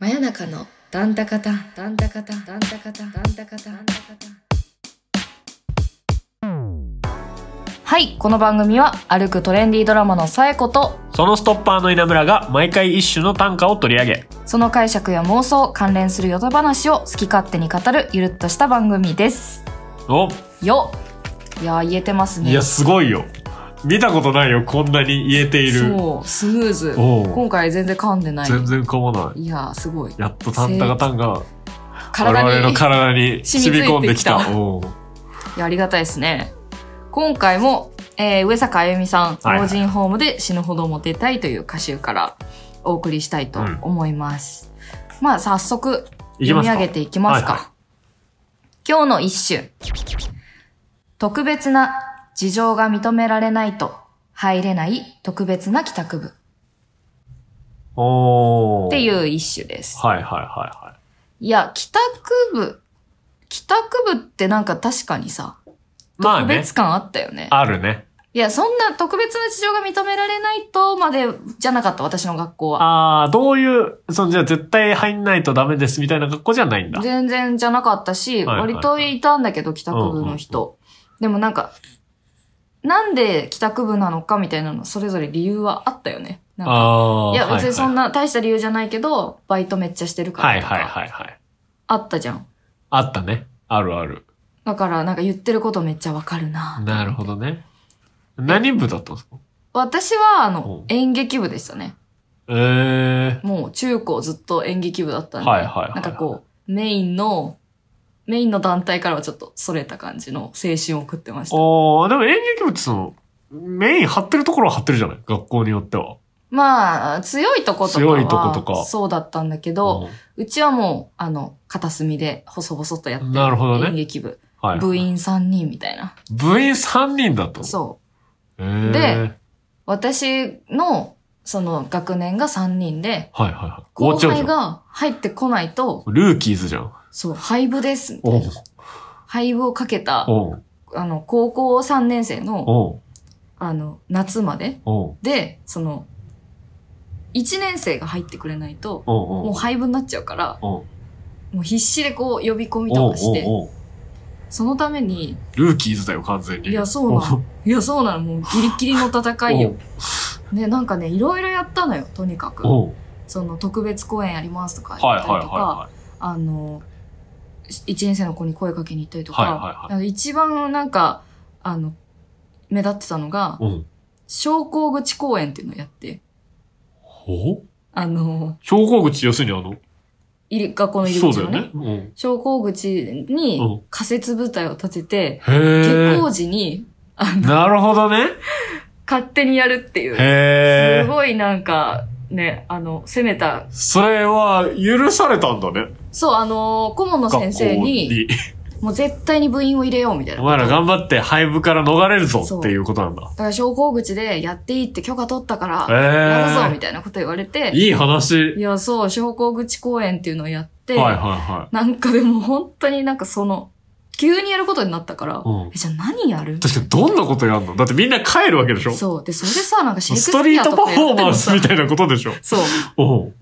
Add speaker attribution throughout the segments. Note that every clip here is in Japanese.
Speaker 1: 真夜中のダンタカタンダンタカタンダンタカタンダンタカタンダンタカタン
Speaker 2: はい、この番組は歩くトレンディードラマのさえこと、
Speaker 3: そのストッパーの稲村が毎回一種の短歌を取り上げ、
Speaker 2: その解釈や妄想、関連するヨタ話を好き勝手に語るゆるっとした番組です。
Speaker 3: お
Speaker 2: よいやー、言えてますね。
Speaker 3: いや、すごいよ。見たことないよ、こんなに言えている。
Speaker 2: そう、スムーズ。
Speaker 3: おう
Speaker 2: 今回全然噛んでない。
Speaker 3: 全然こもない。
Speaker 2: いやー、すごい。
Speaker 3: やっとタンタカタンが我
Speaker 2: 体に、
Speaker 3: 々の
Speaker 2: い
Speaker 3: 体に染み込んできた。
Speaker 2: 染
Speaker 3: おう
Speaker 2: や、ありがたいですね。今回も、えー、上坂あゆみさん、
Speaker 3: はいはい
Speaker 2: 老人ホームで死ぬほどモテたいという歌集からお送りしたいと思います。まあ、早速、
Speaker 3: いき
Speaker 2: 読
Speaker 3: ま
Speaker 2: み
Speaker 3: すか
Speaker 2: 上げていきますか。
Speaker 3: はいは
Speaker 2: 今日の一首。特別な事情が認められないと入れない特別な帰宅部っ
Speaker 3: お。
Speaker 2: ていうう一首です。
Speaker 3: はいはいはいはい。
Speaker 2: いや、帰宅部、帰宅部ってなんか確かにさ、
Speaker 3: まあ
Speaker 2: 特
Speaker 3: ね
Speaker 2: 別、感あったよね。
Speaker 3: あるね。
Speaker 2: いや、そんな特別な事情が認められないとまでじゃなかった、私の学校は。
Speaker 3: ああ、どういう、そのじゃあ絶対入んないとダメですみたいな格好じゃないんだ。
Speaker 2: 全然じゃなかったし、
Speaker 3: はいはいはい
Speaker 2: 割といたんだけど、帰宅部の人。でもなんか、なんで帰宅部なのかみたいなの、それぞれ理由はあったよね。なんか
Speaker 3: ああ。
Speaker 2: いや、別にそん
Speaker 3: な。
Speaker 2: な大した理由じゃないけど、バイトめっちゃしてるか
Speaker 3: は
Speaker 2: ら
Speaker 3: い
Speaker 2: と
Speaker 3: はい
Speaker 2: か、
Speaker 3: はいはい。
Speaker 2: あったじゃん。
Speaker 3: あったね。あるある。
Speaker 2: だから、なんか言ってることめっちゃわかるな。
Speaker 3: なるほどね。何部だったんですか
Speaker 2: 私は、あ
Speaker 3: う
Speaker 2: の
Speaker 3: ん、
Speaker 2: 演劇部でしたね。
Speaker 3: ええ
Speaker 2: もう中高ずっと演劇部だったんで、
Speaker 3: はいはいはい
Speaker 2: なんかこう、メインの、メインの団体からはちょっとそれた感じの青春を送ってました。
Speaker 3: ー。ああ、でも演劇部ってその、メイン張ってるところは張ってるじゃない学校によっては。
Speaker 2: まあ、強いとことか
Speaker 3: 強いとことか
Speaker 2: はそうだったんだけど、うちはもう、あの、片隅で細々とやって
Speaker 3: なるほどね
Speaker 2: 演劇部。
Speaker 3: うんはい。
Speaker 2: 部。員3人みたいな。
Speaker 3: 部員3人だと。
Speaker 2: そう。
Speaker 3: えー
Speaker 2: で、私の、その学年が3人で、
Speaker 3: はいはいはい。終わ
Speaker 2: 後
Speaker 3: っちゃう
Speaker 2: 輩
Speaker 3: じゃん。
Speaker 2: が入ってこないと、
Speaker 3: ルーキーズじゃん。
Speaker 2: そう、廃部です。みた
Speaker 3: お
Speaker 2: いうな廃部をかけた、
Speaker 3: おう
Speaker 2: あの、高校3年生の、
Speaker 3: おう
Speaker 2: あの、夏まで。
Speaker 3: おう
Speaker 2: で、その、1年生が入ってくれないと、
Speaker 3: おう
Speaker 2: もう
Speaker 3: おう
Speaker 2: 廃部になっちゃうから、
Speaker 3: おう
Speaker 2: もう必死でこう呼び込み
Speaker 3: お
Speaker 2: と
Speaker 3: う
Speaker 2: かして、
Speaker 3: おうおう
Speaker 2: そのために、
Speaker 3: ルーキーズだよ、完全に。
Speaker 2: いや、そうなの。いや、そうなの。もうギリギリの戦いよ。ね、なんかね、いろいろやったのよ、とにかく。
Speaker 3: おうおう
Speaker 2: その特別公演やりますとか
Speaker 3: はい
Speaker 2: 言っ
Speaker 3: はい
Speaker 2: たりとか、
Speaker 3: は
Speaker 2: あの、1年生の子に声かけに行ったりと
Speaker 3: はいはいは
Speaker 2: か、
Speaker 3: い
Speaker 2: あの一番なんか、あの、目立ってたのが
Speaker 3: い。、うん。
Speaker 2: 昇降口公演っていうのをやって、
Speaker 3: ほ
Speaker 2: あの、
Speaker 3: 昇降口、要するにあの、
Speaker 2: 入り学校の入り
Speaker 3: そう
Speaker 2: 口
Speaker 3: だ
Speaker 2: の
Speaker 3: よね
Speaker 2: ね。。
Speaker 3: うん。
Speaker 2: 昇降口
Speaker 3: うん
Speaker 2: に仮設舞台を立てて、
Speaker 3: へ
Speaker 2: 下校
Speaker 3: え。
Speaker 2: 時に
Speaker 3: なるほどね。
Speaker 2: 勝手にやるっていう、
Speaker 3: へ
Speaker 2: す
Speaker 3: え。
Speaker 2: ごいなんか、ね、あの、攻めた。
Speaker 3: それは許されたんだね。
Speaker 2: そう、あの、顧問の先生に、
Speaker 3: 学校
Speaker 2: もう絶対に部員を入れようみたいな
Speaker 3: お。前ら頑張って廃部から逃れるぞっていうことなんだ。
Speaker 2: だから昇降口でやっていいって許可取ったから、やるぞみ
Speaker 3: え
Speaker 2: たいなこと言われて、
Speaker 3: え。いい話。
Speaker 2: いや、そう、昇降口公演っていうのをやって、
Speaker 3: はいはいは
Speaker 2: なんかでも本当になんかその、急にやることになったから、
Speaker 3: うん
Speaker 2: え、じゃあ何やる
Speaker 3: い。確かにどんなことやんのだってみんな帰るわけでしょ
Speaker 2: そう。で、それさ、なんかシェイク
Speaker 3: ス
Speaker 2: スピア
Speaker 3: トリート
Speaker 2: と
Speaker 3: パ
Speaker 2: か
Speaker 3: フォ
Speaker 2: やっ
Speaker 3: ー
Speaker 2: て
Speaker 3: マ
Speaker 2: も
Speaker 3: ンス
Speaker 2: さ
Speaker 3: みたいなことでしょ
Speaker 2: そう。
Speaker 3: おう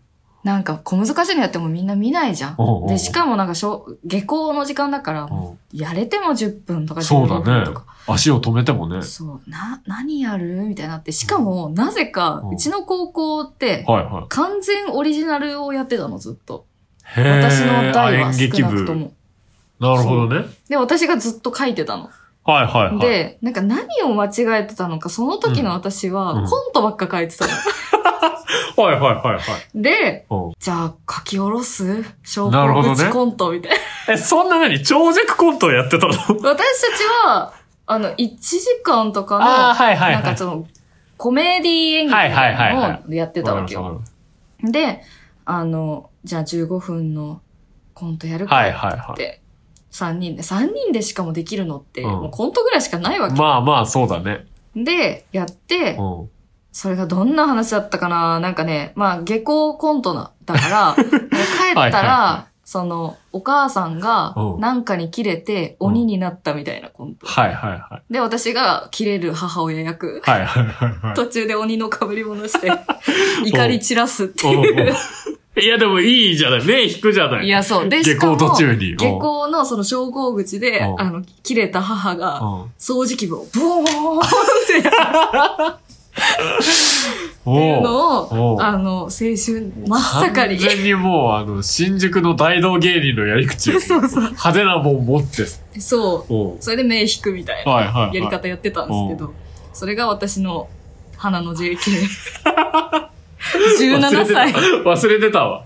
Speaker 2: なんか小難しいのやってもみんな見ないじゃん。
Speaker 3: おうおう
Speaker 2: で、しかもなんかしょ、下校の時間だから、
Speaker 3: おう
Speaker 2: やれても10分とか
Speaker 3: そ
Speaker 2: 15
Speaker 3: うだ
Speaker 2: 分
Speaker 3: ね
Speaker 2: とか。。
Speaker 3: 足を止めてもね。
Speaker 2: そう、な、何やるみたいになって。しかも、なぜか
Speaker 3: う、ん
Speaker 2: うちの高校って、
Speaker 3: はいはい。
Speaker 2: 完全オリジナルをやってたの、ずっと。
Speaker 3: へえ。
Speaker 2: 私の代は
Speaker 3: あ演
Speaker 2: 少
Speaker 3: 劇
Speaker 2: な
Speaker 3: 部
Speaker 2: くと。も。
Speaker 3: なるほどね。
Speaker 2: で、私がずっと書いてたの。
Speaker 3: はいはいはい。
Speaker 2: で、なんか何を間違えてたのか、その時の私
Speaker 3: うんう
Speaker 2: は
Speaker 3: ん
Speaker 2: コントばっか書いてた の。
Speaker 3: はいはいはいはい。
Speaker 2: で、
Speaker 3: おう
Speaker 2: じゃあ書き下ろす小
Speaker 3: なるほ
Speaker 2: 口
Speaker 3: どね
Speaker 2: コント みたいな。
Speaker 3: え、そんな何長尺コントをやってたの
Speaker 2: 私たちは、あの、1時間とかの、
Speaker 3: あーはいはいは
Speaker 2: ないんかその、コメディ演劇みたい
Speaker 3: はいはいはい
Speaker 2: な
Speaker 3: は
Speaker 2: のをやってたわけよ。で、あの、じゃあ15分のコントやるか
Speaker 3: はい
Speaker 2: っ
Speaker 3: はいはい。
Speaker 2: て、3人で、3人でしかもできるのって、
Speaker 3: うん
Speaker 2: もうコントぐらいしかないわけ。
Speaker 3: まあまあ、そうだね。
Speaker 2: で、やって、
Speaker 3: うん。
Speaker 2: それがどんな話だったかななんかね、まあ、下校コントなだ から、帰ったら、
Speaker 3: はいは
Speaker 2: その、お母さんが
Speaker 3: うん
Speaker 2: なんかに切れて
Speaker 3: うん
Speaker 2: 鬼になったみたいなコント。
Speaker 3: はいはいはい。
Speaker 2: で、私が切れる母親役、
Speaker 3: はいはいはいはい。
Speaker 2: 途中で鬼の被り物して、怒り散らすってい
Speaker 3: おうおう
Speaker 2: う。
Speaker 3: いや、でもいいじゃない。目引くじゃない。
Speaker 2: いや、そう。で、
Speaker 3: 下
Speaker 2: しかも、
Speaker 3: 校途中にうん
Speaker 2: 下校のその昇降口で、
Speaker 3: うん
Speaker 2: あの、切れた母が、
Speaker 3: うん
Speaker 2: 掃除機をブオーンってやる
Speaker 3: お
Speaker 2: っていう
Speaker 3: う
Speaker 2: の
Speaker 3: お
Speaker 2: を、
Speaker 3: う
Speaker 2: あの、青春真っ盛
Speaker 3: 完
Speaker 2: り。
Speaker 3: 全にもう、あの、新宿の大道芸人のやり口 よ
Speaker 2: そうそう
Speaker 3: 派手なもん持って。
Speaker 2: そ
Speaker 3: おう
Speaker 2: う。それで目引くみたいな
Speaker 3: はいはい、はい。
Speaker 2: やり方やってたんですけど、それが私の花の JK。17歳
Speaker 3: 忘れてた。忘れてたわ。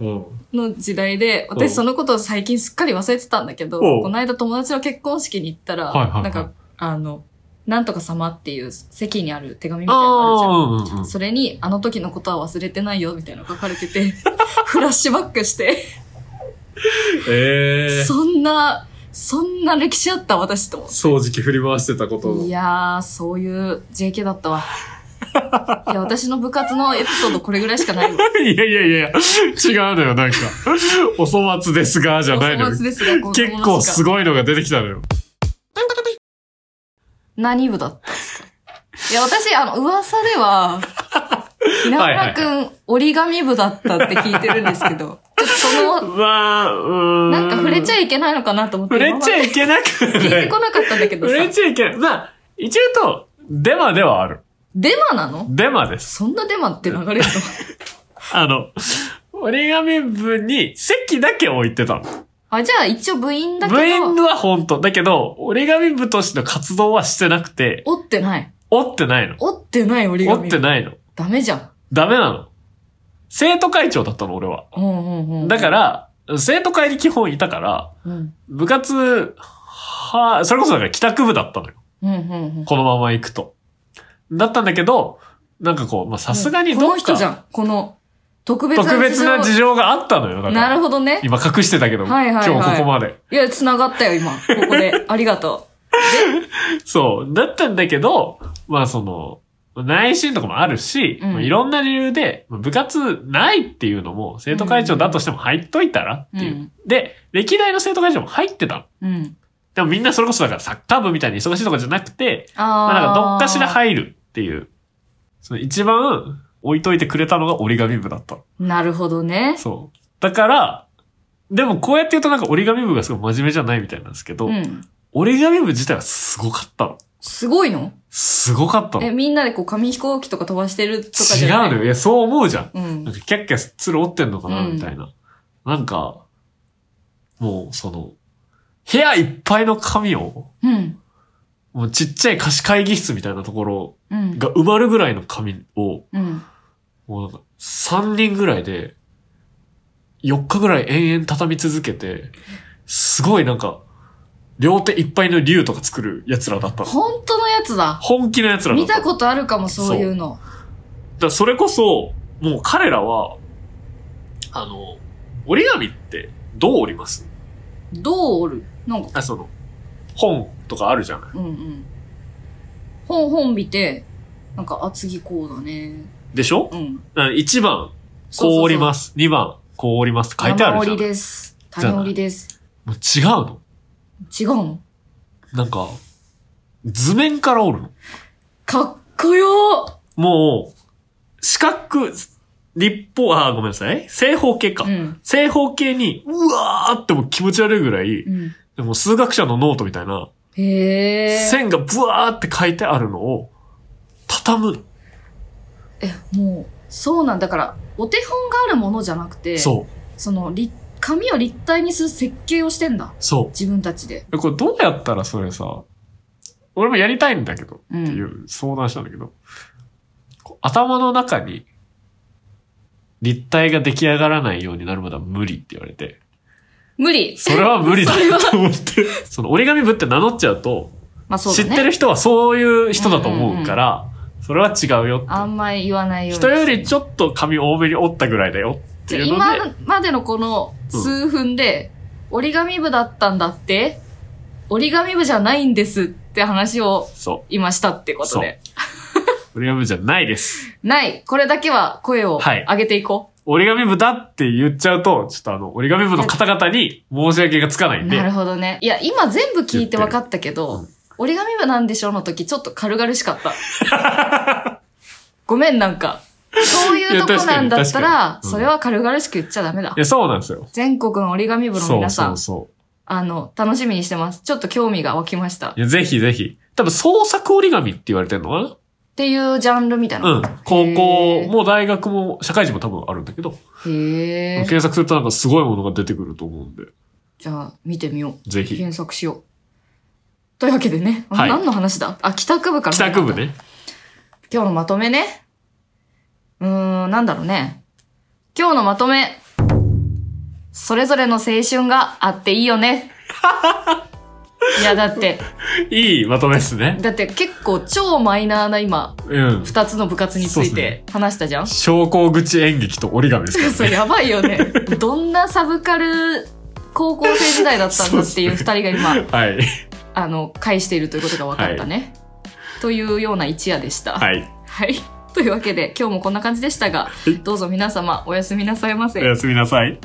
Speaker 3: うん。
Speaker 2: の時代で、
Speaker 3: おう
Speaker 2: 私そのことを最近すっかり忘れてたんだけど、
Speaker 3: おう
Speaker 2: この間友達の結婚式に行ったら、
Speaker 3: はいはいはい
Speaker 2: なんか、あの、なんとか様っていう席にある手紙みたいなのあるじゃん。
Speaker 3: ああー、うんうんうん。
Speaker 2: それに、あの時のことは忘れてないよ、みたいなの書かれてて、 フラッシュバックして、
Speaker 3: ええ
Speaker 2: そんな、そんな歴史あった私と思って。
Speaker 3: 掃除機振り回してたことを
Speaker 2: いやー、そういう JK だったわ。いや、私の部活のエピソードこれぐらいしかないわ。
Speaker 3: いやいやいや、違うのよ、なんか。お粗末ですが、じゃないの
Speaker 2: お粗。
Speaker 3: よ
Speaker 2: 末ですが、この
Speaker 3: 結構す
Speaker 2: い。
Speaker 3: ごいのが出てきたのよ。
Speaker 2: 何部だったんですかいや、私、あの、噂で は、稲村くん、折り紙部だったって聞いてるんですけど、ちょっとその、
Speaker 3: まあ、うーん。
Speaker 2: なんか触れち
Speaker 3: ゃ、
Speaker 2: ゃいけないのかなと思って、
Speaker 3: 触れちゃ
Speaker 2: い
Speaker 3: いけなく
Speaker 2: 聞い
Speaker 3: な
Speaker 2: て
Speaker 3: い
Speaker 2: こ。なかったんだけど
Speaker 3: 触
Speaker 2: さ
Speaker 3: れ、ちゃいけない。まあ、一応言うと、デマではある。
Speaker 2: デマなの
Speaker 3: デマです。
Speaker 2: そんなデマって流れるの
Speaker 3: あの、折り紙部に席だけ置いてたの。
Speaker 2: あ、じゃあ一応部員だけど、
Speaker 3: 部員は本当。だけど、折り紙部としての活動はしてなくて、
Speaker 2: 折ってない。
Speaker 3: 折ってないの。
Speaker 2: 折ってない折り紙。
Speaker 3: 折ってないの。
Speaker 2: ダメじゃん。
Speaker 3: ダメなの。生徒会長だったの、俺は。
Speaker 2: うんうんうん。
Speaker 3: だか、ら、生徒会に基本いたから、
Speaker 2: うん。
Speaker 3: 部活、は、それこそだから帰宅部だったのよ。
Speaker 2: うんうんうん。
Speaker 3: このまま行くと。だったんだけど、なんかこう、まあ、さすがに
Speaker 2: こ
Speaker 3: ど
Speaker 2: の
Speaker 3: っ
Speaker 2: 人じゃ
Speaker 3: か、
Speaker 2: ん。この、特別な
Speaker 3: 特別な事
Speaker 2: 情。
Speaker 3: 情があったのよ。だから
Speaker 2: なるほどね。
Speaker 3: 今隠してたけど、
Speaker 2: はいはいはい
Speaker 3: 今日ここまで。
Speaker 2: いや、繋がったよ、今。ここ で。ありがと
Speaker 3: そう。だったんだけど、まあその、内心とかもあるし、
Speaker 2: うん
Speaker 3: まあいろんな理由で、まあ部活ないっていうのも、生徒会長だとしても入っといたらっていう。
Speaker 2: うん
Speaker 3: で、歴代の生徒会長も入ってたの。
Speaker 2: う。うん。
Speaker 3: でもみんなそれこそだからサッカー部みたいに忙しいとかじゃなくて、
Speaker 2: あー。
Speaker 3: まあなんかどっかしら入るっていう。その一番置いといてくれたのが折り紙部だったの。
Speaker 2: なるほどね。
Speaker 3: そう。だから、でもこうやって言うとなんか折り紙部がすごい真面目じゃないみたいなんですけど、
Speaker 2: うん。
Speaker 3: 折り紙部自体はすごかったの。
Speaker 2: すごいの
Speaker 3: すごかったの
Speaker 2: え、。みんなでこう紙飛行機とか飛ばしてるとか
Speaker 3: 違
Speaker 2: じ
Speaker 3: う
Speaker 2: ゃない
Speaker 3: のよ。いや、そう思うじゃん。
Speaker 2: うん
Speaker 3: なん。かキャッキャツル折ってんのかな、
Speaker 2: うん
Speaker 3: みたいな。なんか、もう、その、部屋いっぱいの紙を、
Speaker 2: うん。
Speaker 3: もうちっちゃい貸し会議室みたいなところ
Speaker 2: うん。
Speaker 3: が埋まるぐらいの紙を、
Speaker 2: うん。
Speaker 3: もうなんか、3人ぐらいで、4日ぐらい延々畳み続けて、すごいなんか、両手いっぱいの竜とか作る奴らだったの。
Speaker 2: 本当のやつだ。
Speaker 3: 本気の奴らだ
Speaker 2: 見
Speaker 3: ったの。
Speaker 2: たことあるかも、そういうの。
Speaker 3: だからそれこそ、もう彼らは、あの、折り紙ってどう折ります
Speaker 2: どうおるなんか、
Speaker 3: あ、その、本とかあるじゃない。
Speaker 2: うんうん。本本見て、なんか、あ、次こうだね。
Speaker 3: でしょ
Speaker 2: うん。。
Speaker 3: ?1 番、こう折りますす。2番、こう折ります。書いてある
Speaker 2: 山
Speaker 3: じゃ
Speaker 2: 折
Speaker 3: ん。
Speaker 2: りです。
Speaker 3: じゃない
Speaker 2: 谷折りです。
Speaker 3: もう違うの。
Speaker 2: 違うの
Speaker 3: なんか、図面から折るの。
Speaker 2: かっこよ
Speaker 3: もう、四角、立方、あ、ごめんなさい。正方形か。
Speaker 2: ーうん。
Speaker 3: 正方形に、うわーってもう気持ち悪いぐらい、
Speaker 2: うん。
Speaker 3: でも数学者のノートみたいな、
Speaker 2: へえ。
Speaker 3: 線がブワーって書いてあるのを、畳む。
Speaker 2: え、もう、そうなんだから、お手本があるものじゃなくて、
Speaker 3: そう。
Speaker 2: その、立紙を立体にする設計をしてんだ。
Speaker 3: そ
Speaker 2: 自分たちで。
Speaker 3: う。これどうやったらそれさ、俺もやりたいんだけど、
Speaker 2: うん
Speaker 3: っていう相談したんだけど、こう頭の中に、立体が出来上がらないようになるまでは無理って言われて、
Speaker 2: 無理
Speaker 3: それは無理だ
Speaker 2: それは
Speaker 3: と思って、その折り紙部って名乗っちゃうと、
Speaker 2: まあそう
Speaker 3: 知
Speaker 2: だ
Speaker 3: っ
Speaker 2: ね。
Speaker 3: てる人はそういう人だと思うから、それは違うよって。
Speaker 2: あんまり言わないように。
Speaker 3: 人よりちょっと髪多めに折ったぐらいだよっ
Speaker 2: じ
Speaker 3: て
Speaker 2: ゃあ
Speaker 3: いうので。
Speaker 2: 今までのこの数分で、折り紙部だったんだって、折り紙部じゃないんですって話を
Speaker 3: そ
Speaker 2: 今したってことで。
Speaker 3: う。折り紙部じゃないです。
Speaker 2: ない。これだけは声を
Speaker 3: はい
Speaker 2: 上げていこ
Speaker 3: 折り紙部だって言っちゃうと、ちょっとあの、折り紙部の方々に申し訳がつかな
Speaker 2: う。
Speaker 3: いんで
Speaker 2: な。るほどね。いや、今全部聞いて分かったけ
Speaker 3: 言っ
Speaker 2: ど、
Speaker 3: てる
Speaker 2: 折 り紙部なんでしょうの時ちょっと軽々しかった。ごめんなんか。そういうとこなんだった、
Speaker 3: いや確からにうん
Speaker 2: それは軽々しく言っちゃダメだ
Speaker 3: い。や、そうなんですよ。
Speaker 2: 全国の折り紙部の
Speaker 3: そう
Speaker 2: 皆さ
Speaker 3: そ
Speaker 2: ん
Speaker 3: う、そ
Speaker 2: あの、楽しみにしてます。ちょっと興味が湧きました。っ
Speaker 3: う。いや、ぜひぜひ。多分、創作折り紙って言われてるのか
Speaker 2: ていうジャンルみたい
Speaker 3: なう
Speaker 2: な。
Speaker 3: ん。高校も大学も社会人も多分あるんだけど、
Speaker 2: へえ。
Speaker 3: 検索するとなんかすごいものが出てくると思うんで、
Speaker 2: じゃあ、見てみよう。
Speaker 3: ぜひ。
Speaker 2: 検索しよう。というわけでね、あ
Speaker 3: はい
Speaker 2: 何の話だあ、帰宅部から。
Speaker 3: 帰宅部。ね。
Speaker 2: 今日のまとめね。うーん、なんだろうね。今日のまとめ。それぞれの青春があっていいよ ね。いや、だって、
Speaker 3: いいまとめですね。
Speaker 2: だって結構超マイナーな今、
Speaker 3: うん。
Speaker 2: 二つの部活につ
Speaker 3: そうっ
Speaker 2: い
Speaker 3: す
Speaker 2: て
Speaker 3: ね
Speaker 2: 話したじゃん
Speaker 3: 昇降口演劇と折り紙ですからね。
Speaker 2: そう、やばいよね。どんなサブカル高校生時代だったんだっていう二人が今、
Speaker 3: はい。
Speaker 2: あの、返しているということが分かったね。というような一夜でした。はい。
Speaker 3: はい。
Speaker 2: というわけで、今日もこんな感じでしたが、
Speaker 3: い
Speaker 2: どうぞ皆様、おやすみなさいませ。
Speaker 3: おやすみなさい。